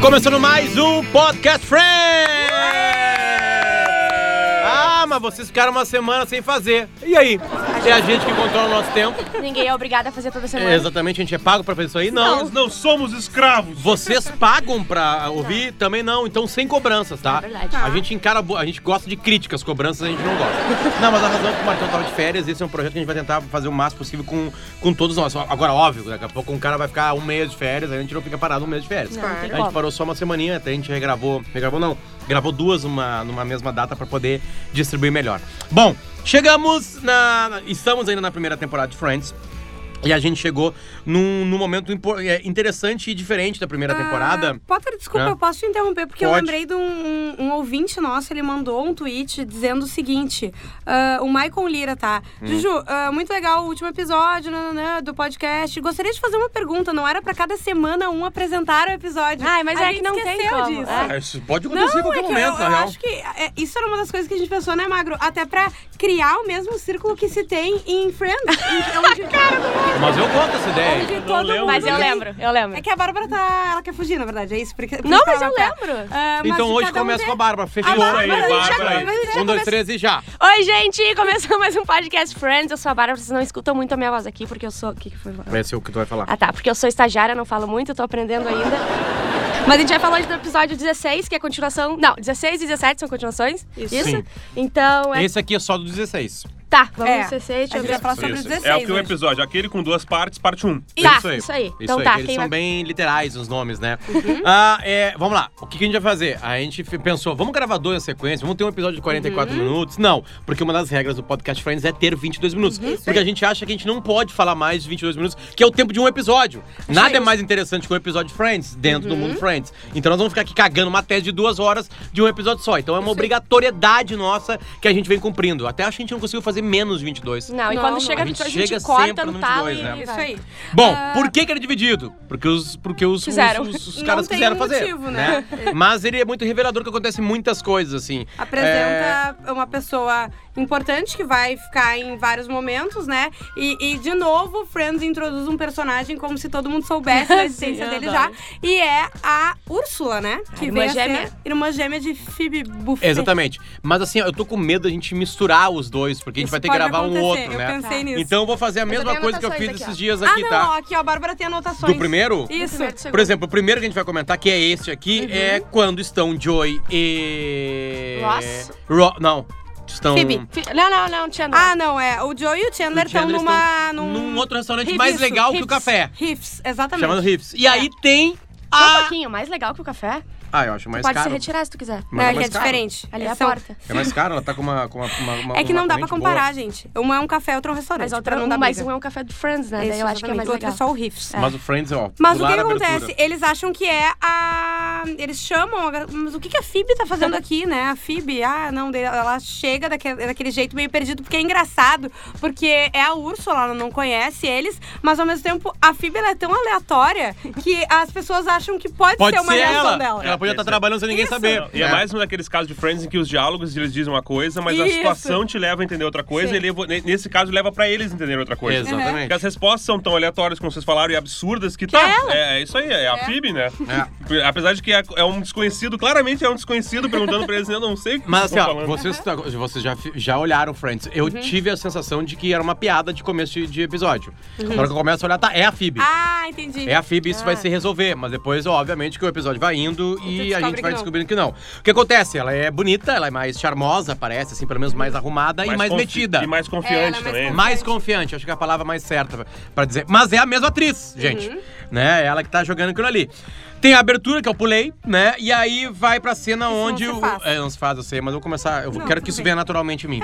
começando mais um Podcast Friends! Ah, mas vocês ficaram uma semana sem fazer. E aí? É a gente que controla o nosso tempo. Ninguém é obrigado a fazer toda semana. É, exatamente, a gente é pago pra fazer isso aí? Não. Nós não somos escravos. Vocês pagam pra ouvir? Também não. Então, sem cobranças, tá? Tá. É verdade. A gente encara... bo- A gente gosta de críticas, cobranças a gente não gosta. Não, mas a razão é que o Marcão tava de férias, esse é um projeto que a gente vai tentar fazer o máximo possível com, com todos nós. Agora, óbvio, daqui a pouco um cara vai ficar um mês de férias, aí a gente não fica parado um mês de férias. Não, não tem A gente como. parou só uma semaninha, até a gente regravou. Regravou não, gravou duas numa, numa mesma data pra poder distribuir melhor. Bom, chegamos na. na- Estamos ainda na primeira temporada de Friends. E a gente chegou num, num momento impo- é, interessante e diferente da primeira temporada. Ah, Potter, desculpa, Né? eu posso te interromper, porque eu Pode. lembrei de um, um ouvinte nosso, ele mandou um tweet dizendo o seguinte: ah, o Maicon Lira, tá? Hum. Juju, ah, muito legal o último episódio nananã, do podcast. Gostaria de fazer uma pergunta, não era pra cada semana um apresentar o episódio. Ai, mas A é gente que não tem esqueceu como, disso. é. Ah, Isso pode Não, acontecer a qualquer é que momento, eu, na eu real. acho que é, isso era uma das coisas que a gente pensou, né, Magro? Até pra criar o mesmo círculo que se tem em Friends. em- é onde, Mas eu gosto essa ideia. onde não todo lembro. mundo Mas eu tem- lembro, eu lembro. É que a Bárbara tá. Ela quer fugir, na verdade, é isso? Porque, por Não, isso que mas ela eu tá- lembro. Ah, mas Então hoje cada um começa tem- com a barba. Fechou. Bárbara, aí, a gente já Bárbara aí. começa- já Um, dois, começa- três e já. Oi, gente! Começou mais um podcast Friends. Eu sou a Bárbara, vocês não escutam muito a minha voz aqui, porque eu sou. O que, que foi? Esse é o que tu vai falar. Ah, tá. Porque eu sou estagiária, não falo muito, eu tô aprendendo ainda. Mas a gente vai falar hoje do episódio 16, que é a continuação. Não, 16 e 17 são continuações. Isso. Sim. Então é. Esse aqui é só do 16. Tá, vamos É. no 16, deixa A eu gente ver. vai falar sobre Isso. 16. É o que o hoje. episódio, aquele com duas partes, parte 1. Tá, isso aí. Então tá, que eles quem são vai- Uhum. bem literais os nomes, né? Ah, é, vamos lá, o que, que a gente vai fazer? A gente f- pensou, vamos gravar dois na sequência, vamos ter um episódio de 44 Uhum. minutos? Não, porque uma das regras do Podcast Friends é ter 22 minutos. Uhum. Porque a gente acha que a gente não pode falar mais de 22 minutos, que é o tempo de um episódio. Nada é mais interessante que um episódio de Friends, dentro Uhum. do mundo Friends. Então nós vamos ficar aqui cagando uma tese de duas horas de um episódio só. Então é uma obrigatoriedade nossa que a gente vem cumprindo. Até acho que a gente não conseguiu fazer menos de 22. Não, e Não, quando não. chega A a gente 22, a gente, chega sempre corta tá no no talo 22, né? e. Isso vai. aí. Bom, por que, que ele é dividido? Porque os, porque os, os- Fizeram. os, os Ah. Não caras tem quiseram fazer. motivo, né? né? Mas ele é muito revelador que acontece muitas coisas, assim. É, Apresenta uma pessoa importante que vai ficar em vários momentos, né? E, e, de novo, Friends introduz um personagem como se todo mundo soubesse da existência eu dele já. adoro. E é a Úrsula, né? Que irmã vem a gêmea. ser irmã gêmea de Phoebe Buffet. É, Exatamente. Mas assim, ó, eu tô com medo da gente misturar os dois, porque a gente Isso vai ter que pode gravar um acontecer, outro, eu né? pensei nisso. Então eu vou fazer a só mesma tenho coisa que eu fiz anotações esses aqui, dias Ah, aqui, não, ó, tá? aqui, ó, a Bárbara tem anotações. Do primeiro? Isso. primeiro, do segundo. Por exemplo, o primeiro que a gente vai comentar, que é este aqui, Uhum. é quando estão Joy e. Ross? Ro- Não. Estão. Phoebe. Fi- Não, não, não, tinha um não. Ah, não, é. O Joe e o Chandler Chandler estão estão numa. num... Num outro restaurante Riffs, mais isso, legal que o Riffs. café. Riffs, exatamente. É. Chamado Riffs. E aí tem Só um ah. a. pouquinho, mais legal que o café. Ah, eu acho mais Pode caro. se retirar se tu quiser. Mas Não, é é que mais é caro. diferente. Ali é Eles a são- porta. É mais caro, ela tá com uma. Com uma, uma- uma- É que não uma dá pra corrente comparar, boa. gente. Um é um café, outro é um Mas restaurante. pra outra, não um, dar mais briga. um é um café do Friends, né? Isso, Daí eu acho que é exatamente. mais O outro legal. é só o Riffs. Mas o Friends, ó. Mas o pular que, que a abertura. acontece? Eles acham que é a. Eles chamam. a gar- Mas o que, que a Phoebe tá fazendo aqui, né? A Phoebe, ah, não, daí ela chega daquele, daquele jeito meio perdido, porque é engraçado, porque é a Úrsula, ela não conhece eles, mas ao mesmo tempo a Phoebe ela é tão aleatória que as pessoas acham que pode, Pode ser é uma ser reação ela. É Ela dela. podia estar trabalhando sem ninguém saber. E é mais um daqueles casos de Friends em que os diálogos eles dizem uma coisa, mas a Isso. situação te leva a entender outra coisa, Sim. e levo- ne- nesse caso leva pra eles entenderem outra coisa. Uhum. Exatamente. Porque as respostas são tão aleatórias, como vocês falaram, e absurdas que, é tá. ela. É, é isso aí, é, a Phoebe, né? Apesar de que é, é um desconhecido, claramente é um desconhecido, perguntando pra eles, eu não sei o que Mas vocês assim, estão ó, falando. vocês, tá- vocês já, fi- já olharam Friends. Eu Uhum. tive a sensação de que era uma piada de começo de, de episódio. Na hora que eu começo a olhar, tá, é a Phoebe. Uhum. Ah, entendi. É a Phoebe, isso vai se resolver. Mas depois, ó, obviamente, que o episódio vai indo e a tu descobre gente vai que não. descobrindo que não. O que acontece? Ela é bonita, ela é mais charmosa, parece, assim, pelo menos mais arrumada e mais confi- metida. E mais É, ela confiante é mais também. Mais confiante, acho que é a palavra mais certa pra dizer. Mas é a mesma atriz, gente. Uhum. Né? Ela que tá jogando aquilo ali. Tem a abertura que eu pulei, né? E aí vai pra cena Isso não onde se o. faz. É, não se faz, eu sei, mas eu vou começar. Eu Não, quero tudo que isso bem. venha naturalmente em mim.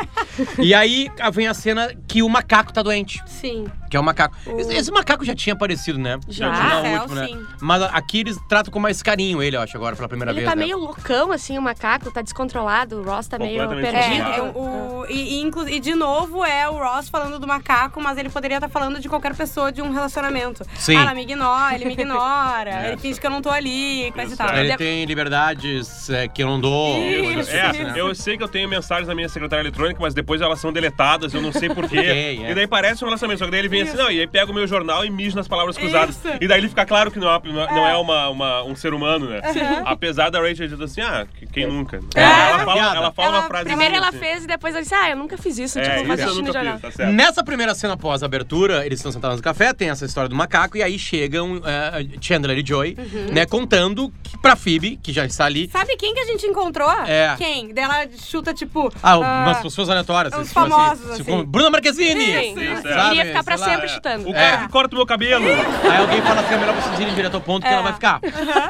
e aí ah, vem a cena que o macaco tá doente, Sim. que é o macaco. O- Esse, esse macaco já tinha aparecido, né? Já. tinha né? Marcel, sim. Mas aqui eles tratam com mais carinho ele, eu acho, agora pela primeira Ele vez. tá né? meio loucão, assim, o macaco, tá descontrolado, o Ross tá meio Completamente perdido. descontrolado. É, o, e, e inclu- e de novo é o Ross falando do macaco, mas ele poderia estar falando de qualquer pessoa de um relacionamento. Sim. Ah, ela me ignora, ele me ignora, ele finge que eu não tô ali, coisa e tal. Isso, Ele tem liberdades é, que eu não dou. coisas É, assim, né? eu sei que eu tenho mensagens na minha secretária eletrônica, mas depois elas são deletadas, eu não sei porquê. Ok, é. E daí parece um relacionamento, só que daí ele vem assim, não, e aí pega o meu jornal e mijo nas palavras cruzadas. E daí ele fica claro que não é, não é- não é uma, uma- um ser humano, né? Apesar da Rachel dizer assim, ah, que- quem nunca? Ela, ela fala, ela fala Ela- uma frase Primeiro ela assim, fez e depois ela disse, ah, eu nunca fiz isso. É, tipo, isso fazer eu xixi no nunca jornal. fiz, tá certo. Nessa primeira cena pós abertura, eles estão sentados no café, tem essa história do macaco, e aí chegam eh, Chandler e Joy, Uhum. né, contando que, pra Phoebe, que já está ali, Sabe quem que a gente encontrou? É. Quem? Dela chuta, tipo. ah, ah, umas pessoas aleatórias. os tipo assim, famosos, tipo, assim. Bruna Marquezine! assim, Isso, isso, sabe? Ele ia ficar pra Sei lá, sempre é. chutando. O cara É. que corta o meu cabelo. Aí alguém fala assim, é melhor você ir direto ao ponto É. que ela vai ficar.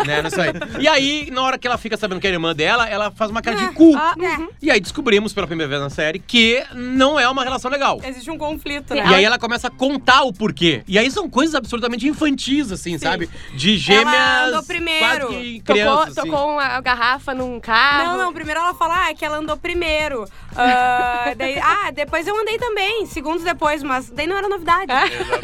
Né, não sei. E aí, na hora que ela fica sabendo que é irmã dela, ela faz uma cara de cu. ah, é. E aí descobrimos pela primeira vez na série que não é uma relação legal. Existe um conflito, E né? aí ela começa a contar o porquê. E aí são coisas absolutamente infantis, assim, sabe? De gêmeas. andou primeiro. Quase que Tocou, crianças, assim. tocou uma garrafa num carro. Não, não, primeiro ela fala ah, que ela andou primeiro. Ah, daí, ah, depois eu andei também, segundos depois, mas daí não era novidade.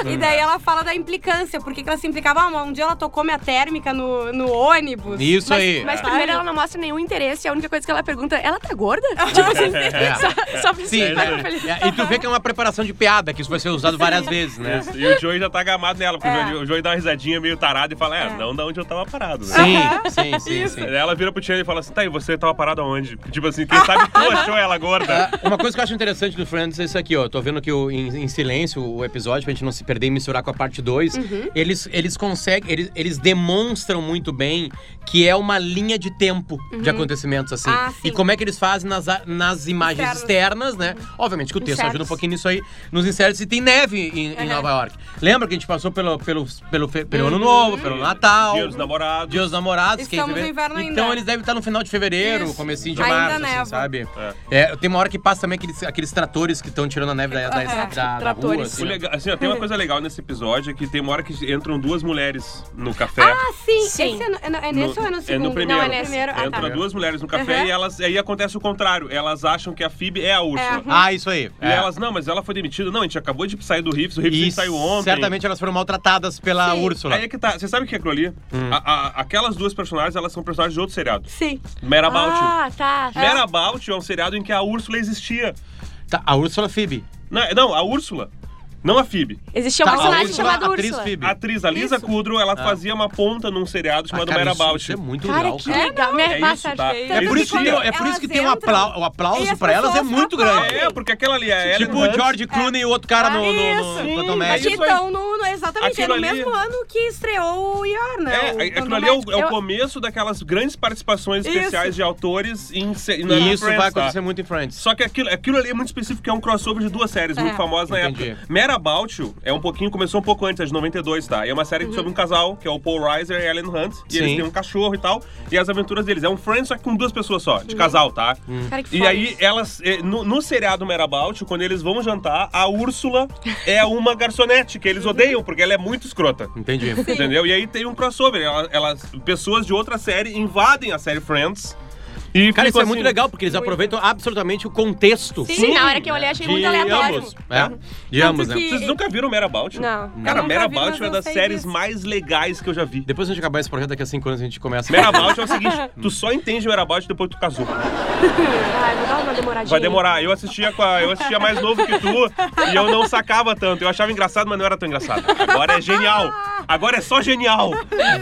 E daí ela fala da implicância, porque que ela se implicava. Ah, um dia ela tocou minha térmica no, no ônibus. Isso Mas, aí. mas primeiro ela não mostra nenhum interesse, a única coisa que ela pergunta é: ela tá gorda? tipo assim, É. só, só pra Sim, se mas- pra ele. é, e tu vê que é uma preparação de piada, que isso vai ser usado várias vezes, né? Isso. E o Joey já tá agamado nela, porque É. o, Joey, o Joey dá uma risadinha meio tarado e fala, é, não da onde eu tava parado, né? Sim, sim, sim, sim. Daí Ela vira pro Chandler e fala assim, tá, e você tava parado aonde? Tipo assim, quem sabe tu achou ela gorda? Ah, Uma coisa que eu acho interessante do Friends é isso aqui, ó. Tô vendo que o, em, em silêncio o episódio, pra gente não se perder e misturar com a parte 2. Uhum. Eles, eles conseguem, eles, eles demonstram muito bem que é uma linha de tempo de acontecimentos, assim. Uhum. Ah, e sim. Uhum. como é que eles fazem nas, a- nas imagens externas, né? Obviamente que o texto Insertos. ajuda um pouquinho nisso aí nos insertos e tem neve em, em Nova York. Lembra que a gente passou pelo, pelo, pelo, fe- pelo Uhum. Ano É. Novo, pelo Natal. Dia dos namorados. Dia dos namorados, que é em Estamos no fevereiro. inverno ainda. Então eles devem estar no final de fevereiro, Isso. comecinho de Ainda março, assim, neva. sabe? É, tem uma hora que passa também aqueles, aqueles tratores que estão tirando a neve da, É. da, da, da Tratores. rua. O Assim. legal- assim, ó, tem uma coisa legal nesse episódio, é que tem uma hora que entram duas mulheres no café. Ah, sim. Sim. Esse é, no, é, no- é nesse ou é no segundo? primeiro. Não, é nesse. primeiro. Ah, Entram tá. duas mulheres no café Uhum. e elas, aí acontece o contrário. Elas acham que a Phoebe é a Úrsula. Ah, isso aí. E É. elas, não, mas ela foi demitida. Não, a gente acabou de sair do Riffs, o E Riffs saiu ontem. Certamente elas foram maltratadas pela Úrsula. Aí é que tá. Você sabe o que é aquilo ali? Hum. A- a- aquelas duas personagens, elas são personagens de outro seriado. Sim. Mera Ah, tá. tá. Merabout é um seriado em que a Úrsula existia. Tá, a Úrsula É Phoebe. Não, é, não, a Úrsula. Não a Phoebe. Existia um Tá, a personagem Úrsula, chamado atriz Úrsula. Phoebe. A atriz, a Lisa Kudrow, ela fazia uma ponta num seriado Ah, chamado cara, isso- Merabout. Isso é muito Cara, legal, que cara. legal. Minha É irmã isso, sabe tá? que É É por isso que, quando é por isso que elas tem um apla- entram, o e aplauso as pra elas é pessoas muito aplaudem. grande. É, porque aquela ali é tipo Ellen o Hunt. George Clooney e o outro cara no, no, no isso. Phantom Sim, Menace. Ah, Mas É isso aí. então, no, no- exatamente, é Aquilo no ali- mesmo ano que estreou o Yorna. É, o é- aquilo Phantom ali é o, Menace. é o Eu- começo daquelas grandes participações Isso. especiais de autores em, se- na E isso Friends, vai tá? acontecer muito em Friends. Só que aquilo, aquilo ali é muito específico, que é um crossover de duas séries É. muito famosas na Entendi. época. Mera About You é um pouquinho, começou um pouco antes, é de 92, tá? E é uma série Uhum. sobre um casal, que é o Paul Reiser e a Ellen Hunt. E eles Sim. têm um cachorro e tal. E as aventuras deles. É um Friends, só que com duas pessoas só, de casal, tá? Uhum. Uhum. Cara, que E foda. aí, elas. eh, No, no seriado Merabout, quando eles vão jantar, a Úrsula é uma garçonete que eles odeiam, porque ela é muito escrota. Entendi. Entendeu? E aí tem um crossover. ela- Elas, pessoas de outra série invadem a série Friends. E Cara, isso ficam é muito assim- legal, porque eles aproveitam absolutamente o contexto. Sim, na hora que eu olhei, achei muito aleatório. ambos. É, de ambos, né? que- Vocês nunca viram Merabout? Não. Não. Cara, Eu nunca vi, mas Merabout é eu uma das sei séries disso. mais legais que eu já vi. Depois que a gente acabar esse projeto, daqui a cinco anos a gente começa. Merabout é o seguinte, tu só entende Merabout depois que tu casou. Ai, vou dar uma demoradinha. Vai demorar. Eu assistia com a, eu assistia mais novo que tu e eu não sacava tanto. Eu achava engraçado, mas não era tão engraçado. Agora é genial. Agora é só genial.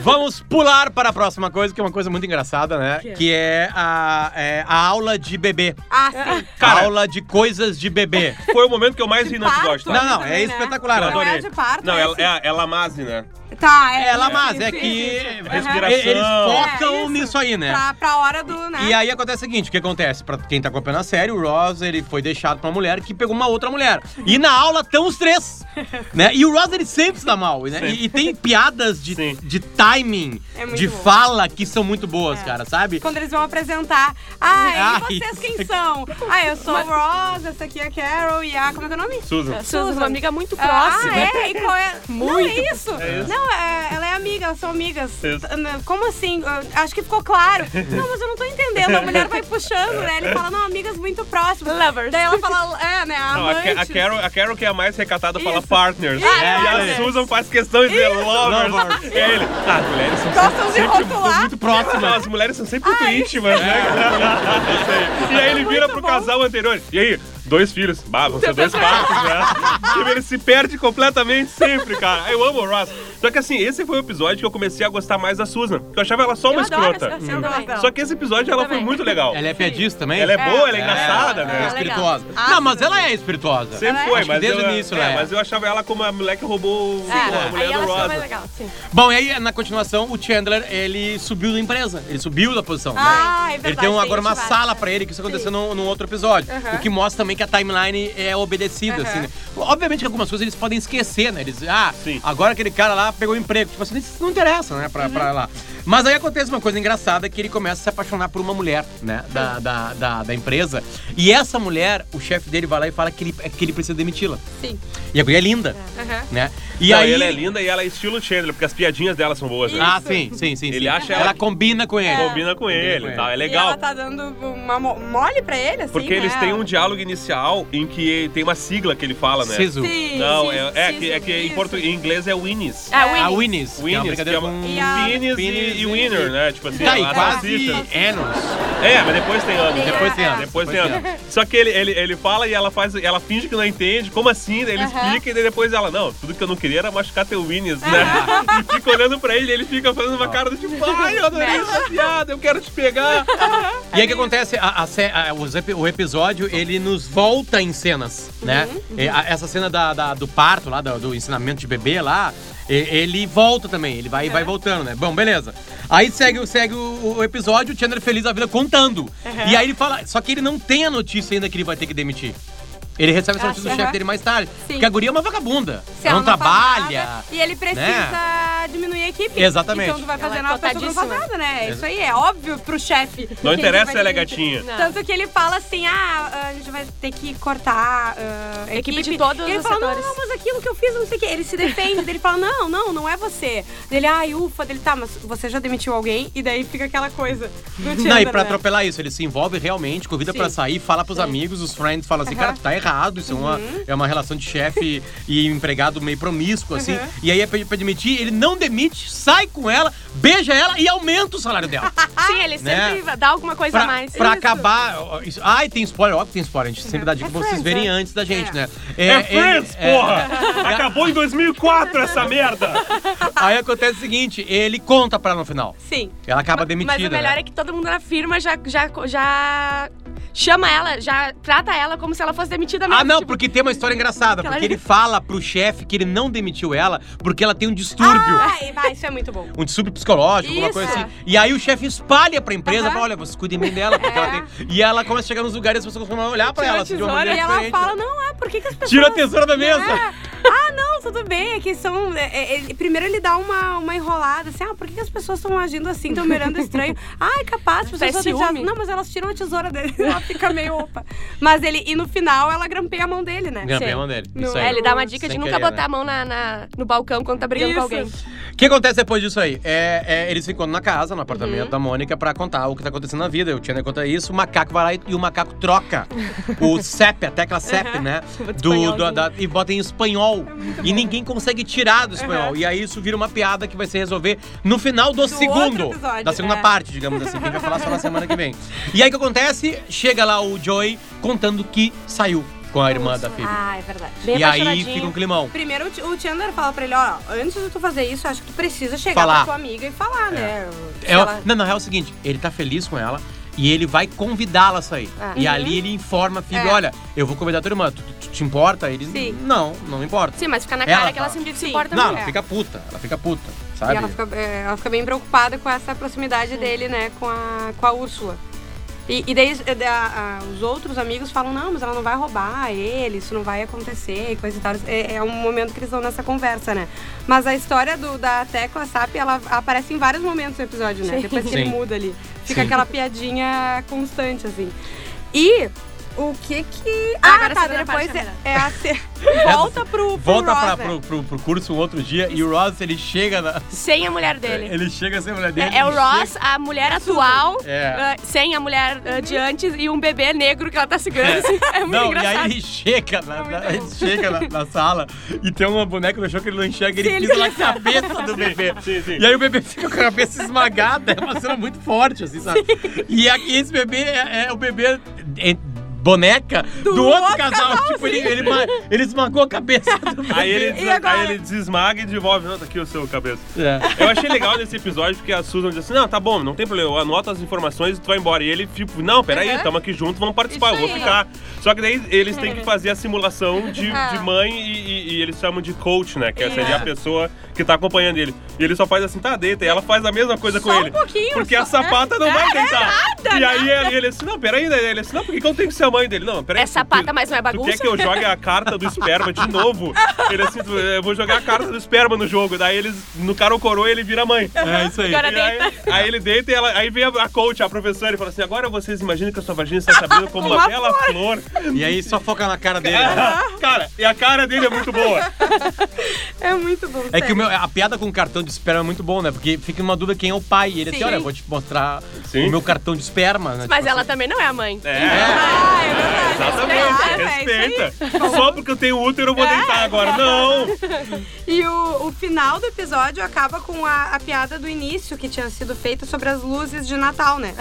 Vamos pular para a próxima coisa, que é uma coisa muito engraçada, né? Que é a, é a aula de bebê. Ah, sim. A Cara. aula de coisas de bebê. Foi o momento que eu mais ri no Parto, episódio, tá? Não, não, também, é né? espetacular, Eu né? Não é adorei. de parto, Não, é ela- assim. é, a- é a Lamase, né? Tá, é. Ela, sim, mas é sim, que sim, sim. eles Respiração. eles focam É, isso. nisso aí, né? Pra, pra hora do, né? E aí acontece o seguinte, o que acontece? Pra quem tá acompanhando a série, o Ross, ele foi deixado pra uma mulher que pegou uma outra mulher. E na aula estão os três, né? E o Ross, ele sempre se dá mal, né? E, e tem piadas de, Sim. de timing, É muito de bom. É. fala, que são muito boas, cara, sabe? Quando eles vão apresentar. Ah, Ai, e vocês quem são? Ah, eu sou o Ross, essa aqui é a Carol e a. Como é que é o nome? Susan. Susan, uma amiga muito Ah, próxima. é? E qual é? Não, Muito. é isso. Não, é, ela é amiga, elas são amigas. Isso. T- né, Como assim? Eu Acho que ficou claro. Não, mas eu não tô entendendo. A mulher vai puxando, né? Ele fala, não, amigas muito próximas. Lovers. Daí ela fala, é, né? Não, a, Ca- a amantes. Carol, a Carol que é a mais recatada fala Isso. partners. É, e a é. Susan faz questão de dizer lovers. Lovers. E ele, ah, as mulheres são Gostam de rotular. Muito próximo. Não, as mulheres são sempre muito íntimas, né? Isso aí. E aí ele vira Muito pro bom. casal anterior. E aí, Dois filhos. Bah, vão ser dois papos, né? Tipo, ele se perde completamente sempre, cara. Eu amo o Ross. Só que assim, esse foi o episódio que eu comecei a gostar mais da Susan. Porque eu achava ela só uma Eu adoro escrota. Hum. essa- essa novela. Só que esse episódio ela foi Também. muito legal. Ela é piadista também? Ela é boa, ela é É, engraçada, ela é né? legal. espirituosa. Ah, não, mas tudo ela é espirituosa. Sempre foi, Acho que mas desde eu, o início, é, né? mas eu achava ela como a moleque roubou a É, mulher aí do ela ficou mais Rosa. legal, sim. Bom, e aí, na continuação, o Chandler, ele subiu da empresa. Ele subiu da posição. né? Ah, é Ele verdade, tem um- tem agora uma isso, sala pra ele, que isso aconteceu num, num outro episódio. O que mostra também que a timeline é obedecida, assim, né? Obviamente que algumas coisas eles podem esquecer, né? Eles, ah, Sim. agora aquele cara lá pegou emprego. Tipo assim, isso não interessa, né? Pra, Uhum. pra lá. Mas aí acontece uma coisa engraçada, que ele começa a se apaixonar por uma mulher, né? Da, Uhum. da, da, da empresa. E essa mulher, o chefe dele vai lá e fala que ele, é que ele precisa demiti-la. Sim. E a guria é linda, né? E Não, aí... ela é linda e ela é estilo Chandler, porque as piadinhas dela são boas, né? Ah, sim, sim, sim. Ele sim. acha ela ela- combina com ele. Combina com ele, com e tal. É E legal. ela tá dando uma mo- mole pra ele, assim, Porque né? eles têm um diálogo inicial em que tem uma sigla que ele fala, né? Sisu. Sim, Não, sim, é, é sim, que, é que em, isso. portu- em inglês é Winnies. Ah, A Winnie. Winnie's. que é uma Winnies, que brincadeira é uma- com- E a- Winnies e, e Winner, né? Tipo assim, Tá aí, ela quase racista. anos. É, mas depois tem ano. Depois é. tem anos. Depois tem ano. Só que ele, ele, ele fala e ela faz, ela finge que não entende, como assim? Daí ele explica e daí depois ela, não, tudo que eu não queria era machucar teu Winnies, né? E fica olhando pra ele, ele fica fazendo uma cara do tipo, ai, eu adorei essa piada, eu quero te pegar. Tá. E aí o que acontece? A- a sé- a- os epi- o episódio, ele nos volta em cenas, né? Uhum, É, a- essa cena da- da- do parto lá, do, do ensinamento de bebê lá, e- ele volta também, ele Uhum. vai, vai voltando, né? Bom, beleza. Aí segue, o- segue o, o episódio, o Chandler Feliz da Vila contando. Uhum. E aí ele fala, só que ele não tem a notícia ainda que ele vai ter que demitir. Ele recebe essa Ah, notícia do sim. chefe Aham. dele mais tarde. Sim. Porque a guria é uma vagabunda. Se Ela ela não trabalha. né? faz nada, E ele precisa diminuir a equipe. Exatamente. Então tu vai Ela fazer é nada, pra tu não faz cotadíssima. nada, né? Isso aí é óbvio pro chefe. que Não ele interessa, vai ela é demitir. gatinha. Não. Tanto que ele fala assim, ah, a gente vai ter que cortar ah, a Equipe equipe. de todos e ele os fala, setores. não, mas aquilo que eu fiz, não sei o quê. Ele se defende, daí ele fala, não, não, não é você. Daí Ele, ai, ufa. Daí Ele, tá, mas você já demitiu alguém? E daí fica aquela coisa do Não, e Chandler, pra né? atropelar isso, ele se envolve realmente, convida pra sair, fala pros amigos, os friends falam assim, cara, tu tá errado, isso é, uma, Uhum. é uma relação de chefe e empregado meio promíscuo, assim. E aí é pra, pra demitir, ele não demite, sai com ela, beija ela e aumenta o salário dela. Ah, Sim, ele sempre dá alguma coisa a Né? pra mais. pra Isso. É acabar. ó, isso- Ai, tem spoiler, óbvio que tem spoiler, a gente sempre dá dica pra vocês verem antes da gente, né? É, ele- Friends, é- porra! Acabou em 2004 essa merda! Aí acontece o seguinte, ele conta pra ela no final. Sim. Ela acaba Ma- demitida. Mas o melhor né? é que todo mundo na firma já, já, já chama ela, já trata ela como se ela fosse demitida mesmo. Ah, não, tipo, porque tem uma história engraçada. que ela- Porque ele fala pro chefe que ele não demitiu ela porque ela tem um distúrbio. Ai, vai, isso é muito bom. Um distúrbio psicológico, alguma Isso. coisa assim. E aí o chefe espalha pra empresa, Aham. É. fala, olha, vocês cuidem bem dela, porque ela tem... E ela começa a chegar nos lugares e as pessoas começam a olhar pra Tira a ela assim, de uma tesoura maneira E ela diferente. fala, não, ah, por que, que as pessoas... Tira a tesoura da mesa! Ah, não, tudo bem. É que são. é, é, ele- primeiro ele dá uma, uma enrolada, assim, ah, por que que as pessoas estão agindo assim, estão me olhando estranho? Ah, é capaz, Tá as É pessoas estão ciúme? Não, mas elas tiram a tesoura dele. Ela fica meio opa. Mas ele, e no final ela grampeia a mão dele, né? Grampeia a mão dele, Não, isso aí. É, ele dá uma dica Sem de nunca querer, né? botar a mão na, na- no balcão quando tá brigando com Isso. alguém. O que acontece depois disso aí? É, é, eles ficam na casa, no apartamento Uhum. da Mônica, pra contar o que tá acontecendo na vida. O Tiana conta isso, o macaco vai lá e, e o macaco troca o CEP, a Uhum. tecla CEP, né? Do, do- da- e bota em espanhol. É e ninguém consegue tirar do espanhol. E aí isso vira uma piada que vai se resolver no final do, Uhum. outro segundo. episódio, Da segunda é. parte, digamos assim. Que a gente vai falar só na semana que vem. E aí o que acontece? Chega lá o Joey contando que saiu com a irmã da Phoebe. Ah, é verdade. Bem E aí apaixonadinho. fica um climão. Primeiro o Ch- o Chandler fala pra ele, ó, antes de tu fazer isso, acho que tu precisa chegar Falar. pra tua amiga e falar, né? Se É, ela- Não, na real é o seguinte, ele tá feliz com ela e ele vai convidá-la a sair. Ah. E ali ele informa a Phoebe, É. olha, eu vou convidar a tua irmã, tu, tu- tu te importa? Ele diz, Sim. não, não me importa. Sim, mas fica na Ela cara que ela fala. sempre se Sim. importa não, muito. ela fica puta, ela fica puta, E sabe? ela fica, é, ela fica bem preocupada com essa Hum. proximidade dele, né, com a, com a Úrsula. E, e daí é, da- a- os outros amigos falam, não, mas ela não vai roubar ele, isso não vai acontecer, e coisa e tal. É, é um momento que eles estão nessa conversa, né? Mas a história do, da tecla SAP, ela aparece em vários momentos no episódio, né? Depois que ele Sim. muda ali. Fica Sim. aquela piadinha constante, assim. E o que que... Ah, Agora tá, segunda depois parte, né? é, Amanda. é a... ce- Volta pro, pro Volta pra, Ross, né? pro, pro, pro curso um outro dia e o Ross, ele chega na... Sem a mulher dele. Ele chega a ser a mulher dele. É, é o ele Ross, a mulher atual, É. ah, sem a mulher ah, de antes e um bebê negro que ela tá segurando. assim. É, muito não, engraçado. e aí ele chega, na, na- ele chega na, na sala e tem uma boneca no chão que ele não enxerga, ele Sim, ele pisa na cabeça do bebê. Sim, sim. E aí o bebê fica com a cabeça esmagada, é uma cena muito forte, assim, sabe? E aqui esse bebê é, é o bebê. é- boneca do, outro casal. Tipo, ele, ele, ma- ele esmagou a cabeça do Aí ele, E agora? aí ele desesmaga e devolve. Não, tá aqui o seu cabeça. É. Eu achei legal nesse episódio porque a Susan disse assim: Não, tá bom, não tem problema, eu anoto as informações e tu vai embora. E ele, tipo, não, peraí, Uhum. tamo aqui junto, vamos participar, eu Isso vou aí. Uhum. ficar. Só que daí eles têm que fazer a simulação de, Ah. de mãe e, e- e eles chamam de coach, né? Que seria É. a pessoa que tá acompanhando ele. E ele só faz assim, tá, deita. E ela faz a mesma coisa Só com um ele. pouquinho, Porque só- a sapata não É, vai é deitar. nada, e aí ele, ele assim: Não, peraí, daí ele assim: Não, por que que eu tenho que ser a mãe dele? Não, peraí. É sapata, tu- mas não é Tu bagunça? quer que eu jogue a carta do esperma de novo? Ele assim, tu- eu vou jogar a carta do esperma no jogo. Daí eles, no cara ou coroa, ele vira mãe. É isso aí. Agora E aí, aí ele deita e ela, aí vem a, a coach, a professora, e fala assim: agora vocês imaginam que a sua vagina está se abrindo como uma, Uma bela flor. E aí só foca na cara dele. né? É, cara, e a cara dele é muito boa. É muito bom. É que o sério. meu, a piada com o cartão de esperma é muito bom, né? Porque fica uma dúvida quem é o pai. E ele assim, Sim. olha, eu vou te mostrar Sim. o meu cartão de esperma, né? Mas Tipo ela também não é a mãe. É, Ah, é verdade. exatamente. Respeita, é isso aí. É. Respeita. Só porque eu tenho útero eu vou deitar agora. Não! E o, o final do episódio acaba com a, a piada do início que tinha sido feita sobre as luzes de Natal, né?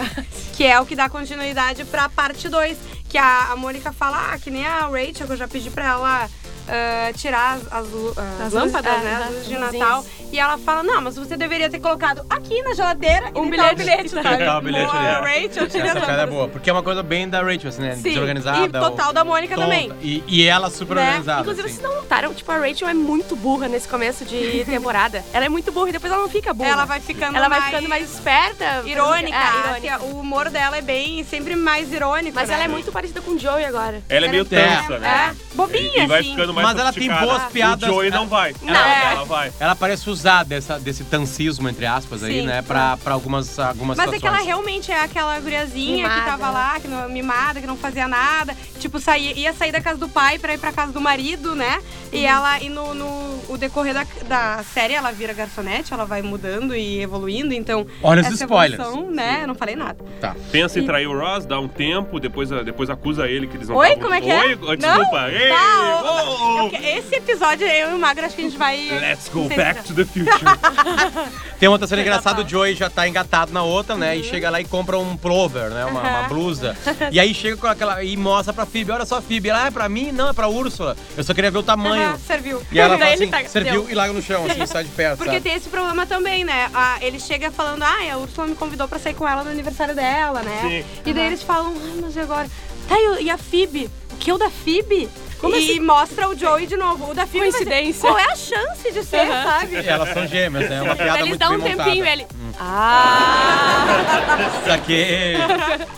Que é o que dá continuidade pra parte 2. Que a, a Mônica fala, ah, que nem a Rachel, que eu já pedi pra ela ah, tirar as, as, lu- ah, As as lâmpadas, ah, né? né? As luzes de As Natal. E ela fala, não, mas você deveria ter colocado aqui na geladeira e Um deitar bilhete. o Então, bilhete, sabe? Deitar o bilhete ali, a é. Rachel assim. tira as Essa piada é lâmpadas. boa. Porque é uma coisa bem da Rachel, assim, né? Sim. Desorganizada. E total ou da Mônica tonta. também. E, e ela super Né? organizada. Inclusive, assim. vocês não notaram, tipo, a Rachel é muito burra nesse começo de temporada. Ela é muito burra e depois ela não fica burra. Ela vai ficando Ela vai mais ficando mais esperta. Irônica, É, assim, irônica. o humor dela é bem, sempre mais irônico. Mas né? ela é muito parecida com o Joey agora. Ela é meio tansa, né? É, bobinha, E, e vai assim. ficando mais Mas ela tem sofisticada. boas piadas. O Joey não vai. Não. Ela, É. ela vai. Ela parece usar dessa, desse tancismo, entre aspas, aí, Sim. tá. né? Pra, pra algumas, algumas Mas é que ela situações. realmente é aquela guriazinha que Mimada, tava né? lá, que não, mimada, que não fazia nada. Tipo, saía, ia sair da casa do pai pra ir pra casa do marido, né? E ela, e no, no o decorrer da, da série, ela vira garçonete, ela vai mudando e evoluindo, então. Olha os essa spoilers. evolução, né? Eu não falei nada. Tá. Pensa em trair o Ross, dá um tempo, depois, depois acusa ele que eles não Oi? tavam- Como é que é? Oi, oh, desculpa. Ei, Tá, oh, oh. Eu que- Esse episódio, eu e o Magro, acho que a gente vai. Let's go não sei back se- to the future. é Tem uma outra cena engraçada, o Joey já tá engatado na outra, né? E chega lá e compra um plover, né? Uma, uma Uhum. Aham. blusa. E aí chega com aquela. E mostra pra Phoebe, olha só, Phoebe. Ela, ah, é pra mim? Não, é pra Úrsula. Eu só queria ver o tamanho. Aham, serviu. E ela Daí fala ele assim, pega- serviu deu. e larga no chão, assim, sai de perto. Porque sabe? tem esse problema também, né? Ah, ele chega falando, ah, a Ursula me convidou pra sair com ela no aniversário dela, né? Sim. E daí eles falam, ai, mas e agora? Tá, e, o- e a Phoebe? O que o da Phoebe? e mostra o Joey de novo. O da Phoebe vai ser- assim? Coincidência. Qual é a chance de ser, Aham. sabe? E Elas são gêmeas, né? É uma piada Eles muito dão bem um tempinho montada. ele. Ah! Saquei.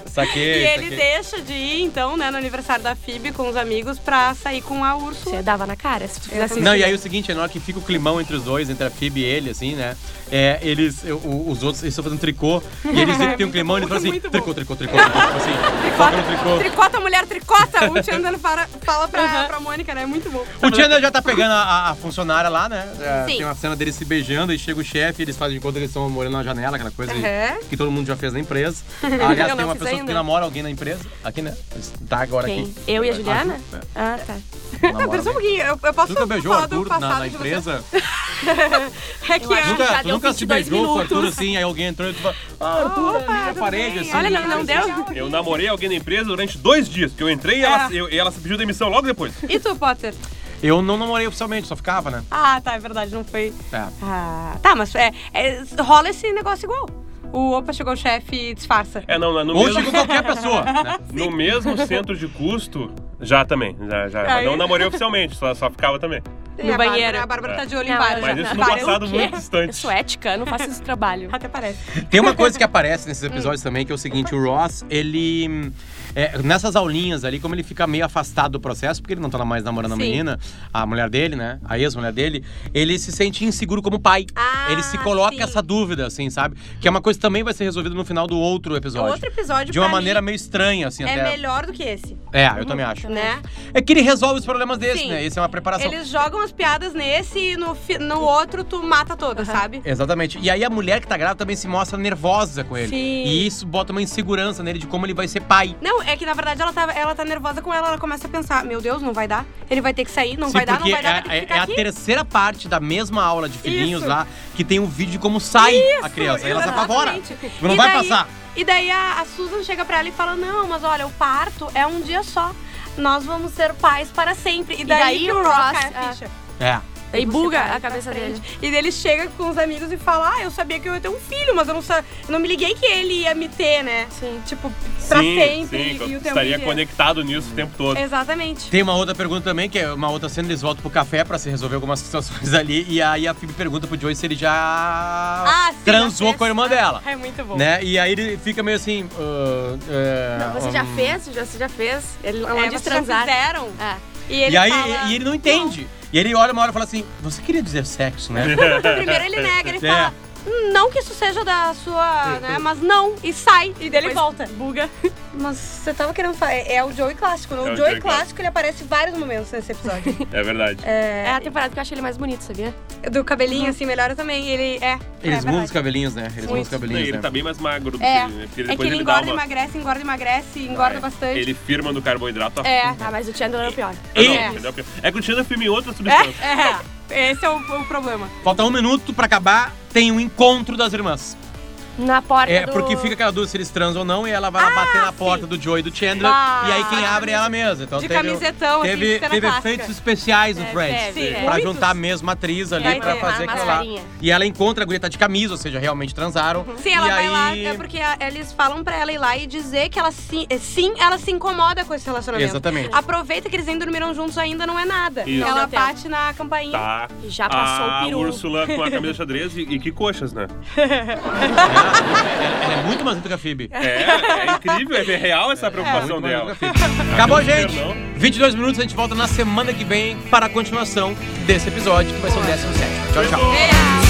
E Saquei, ele saquei. deixa de ir, então, né, no aniversário da Phoebe com os amigos pra sair com a Ursula. Você dava na cara É. se tu fizesse Não, e aí o seguinte, é na hora que fica o climão entre os dois, entre a Phoebe e ele, assim, né? É, eles, eu- o- os outros, eles estão fazendo tricô, e eles sempre tem um climão, e eles falam assim, É, muito bom. tricô, tricô, tricô, né? Tipo assim, foca no tricô. Tricota, mulher, tricota! O Chandler fala, fala pra, pra Mônica, né? É muito bom. O Chandler já tá pegando a, a funcionária lá, né? É, Sim. Tem uma cena deles se beijando, e chega o chefe, eles fazem de conta que eles estão morando na janela, aquela coisa Uhum. que todo mundo já fez na empresa. Aliás, tem Eu não uma fiz pessoa que ainda. namora alguém na empresa, aqui, né? Tá agora Quem? aqui. Eu e a Juliana? Ah, Ah, tá. é, namora Pensa alguém. um pouquinho, eu, eu posso Tu nunca beijou o falar do Arthur na, passado na de empresa? você. É que acho Já eu- Nunca, tu deu nunca se 22 beijou com o Arthur minutos. assim, aí alguém entrou e tu fala, ah, Arthur, Opa, ali na tudo parede, bem? assim. Olha, não, não deu? Eu namorei alguém na empresa durante dois dias, porque eu entrei e ela, É. eu- e ela pediu demissão logo depois. E tu, Potter? Eu não namorei oficialmente, só ficava, né? Ah, tá, é verdade, não foi. É. Ah, tá, mas é, é, rola esse negócio igual. O opa chegou o chefe e disfarça. É, não, no, Ou mesmo, chegou qualquer pessoa, né? no mesmo centro de custo, já também. Já, já, mas Aí. não namorei oficialmente, só, só ficava também. E No a banheiro. Bárbara, a Bárbara tá de olho Não, em vários. ela Mas já- isso no vários. passado Quê? muito Eu distante. é sou ética, eu não faço esse trabalho. Até parece. Tem uma coisa que aparece nesses episódios também, que é o seguinte, o Ross, ele. hum, é, nessas aulinhas ali, como ele fica meio afastado do processo, porque ele não tá mais namorando a Sim. menina, a mulher dele, né? A ex-mulher dele, ele se sente inseguro como pai. Ah, ele se coloca sim. essa dúvida, assim, sabe? Que é uma coisa que também vai ser resolvida no final do outro episódio. É um Outro episódio de uma pra maneira mim, meio estranha, assim, é até. melhor do que esse, É, eu também acho. né? É que ele resolve os problemas desse, Sim. né? Esse é uma preparação. Eles jogam as piadas nesse e no, fi- no outro tu mata todas, sabe? Exatamente. E aí a mulher que tá grávida também se mostra nervosa com ele. Sim. E isso bota uma insegurança nele de como ele vai ser pai. Não, é que na verdade ela tá, ela tá nervosa com ela, ela começa a pensar, meu Deus, não vai dar. Ele vai ter que sair, não Sim, vai dar, não porque vai dar, vai ter é, que é ficar a aqui. terceira parte da mesma aula de filhinhos Isso. lá que tem um vídeo de como sai a criança. Aí ela se apavora. Exatamente. Não E vai daí- passar. E daí a, a Susan chega pra ela e fala: Não, mas olha, o parto é um dia só. Nós vamos ser pais para sempre. E daí, daí que o o Ross Ross, cai a é. ficha. É. Daí buga Você vai a cabeça pra dele. frente. E daí ele chega com os amigos e fala: Ah, eu sabia que eu ia ter um filho, mas eu não, sa eu não me liguei que ele ia me ter, né? Sim. Tipo, pra sempre sim, e o tempo estaria inteiro. conectado nisso o tempo É. todo. Exatamente. Tem uma outra pergunta também, que é uma outra cena, eles voltam pro café pra se resolver algumas situações ali. E aí a Phoebe pergunta pro Joey se ele já Ah, sim, transou às com a irmã vezes- dela. É muito bom. Né? E aí ele fica meio assim. ah, é, Não, você já hum. fez? Já, você já fez? Ele não É, diz vocês já transar. fizeram. É. E ele e aí fala- e ele não entende. E ele olha uma hora e fala assim: Você queria dizer sexo, É né? então Primeiro ele nega, ele É. fala. "Hum, Não que isso seja da sua, né? Mas não, e sai, e dele Pois volta. Buga. Mas você tava querendo falar. É, é o Joey clássico, né? O, É o Joey Joey clássico, ele aparece em vários momentos nesse episódio. É verdade. É a temporada que eu acho ele mais bonito, sabia? Do cabelinho, assim, melhora também. Ele é. é Eles mudam os verdade. cabelinhos, né? Eles mudam os Muito. Não, cabelinhos, ele né? tá bem mais magro do que É. ele, né? Porque É que depois ele ele dá engorda, uma... Ah, é. emagrece, engorda, emagrece, engorda bastante. Ele firma no carboidrato. a É. Ah, mas o Chandler era o pior. Ah, não, É. entendeu? É que o Tinder filme em outra substância. É, esse é o, o problema. Falta um minuto pra acabar, tem um encontro das irmãs. Na porta É, do... porque fica aquela dúvida se eles transam ou não, e ela vai lá bater na porta do Joey e do Chandler, Ah, e aí quem de abre é ela mesma. Então de teve, camisetão, assim, teve, cena teve clássica. efeitos especiais no É, Friends, teve, pra é. juntar a mesma atriz ali Vai pra ter fazer uma aquilo lá. mascarinha. E ela encontra a guria tá de camisa, ou seja, realmente transaram. Sim, ela e vai aí- lá, é porque a- eles falam pra ela ir lá e dizer que ela se- é, sim, ela se incomoda com esse relacionamento. Exatamente. Aproveita que eles nem dormiram juntos ainda, não é nada. Isso. Ela Não deu tempo. bate na campainha. Tá. E já passou a o peru. Úrsula com a camisa xadrez e, e que coxas, né? Ela, ela é muito mais bonita que a Phoebe. É, é incrível, é real essa preocupação Muito mais dela. bonita que a Phoebe. Acabou, não quero, gente! não. 22 minutos, a gente volta na semana que vem para a continuação desse episódio, que vai ser o 17. Tchau, tchau. Beijo.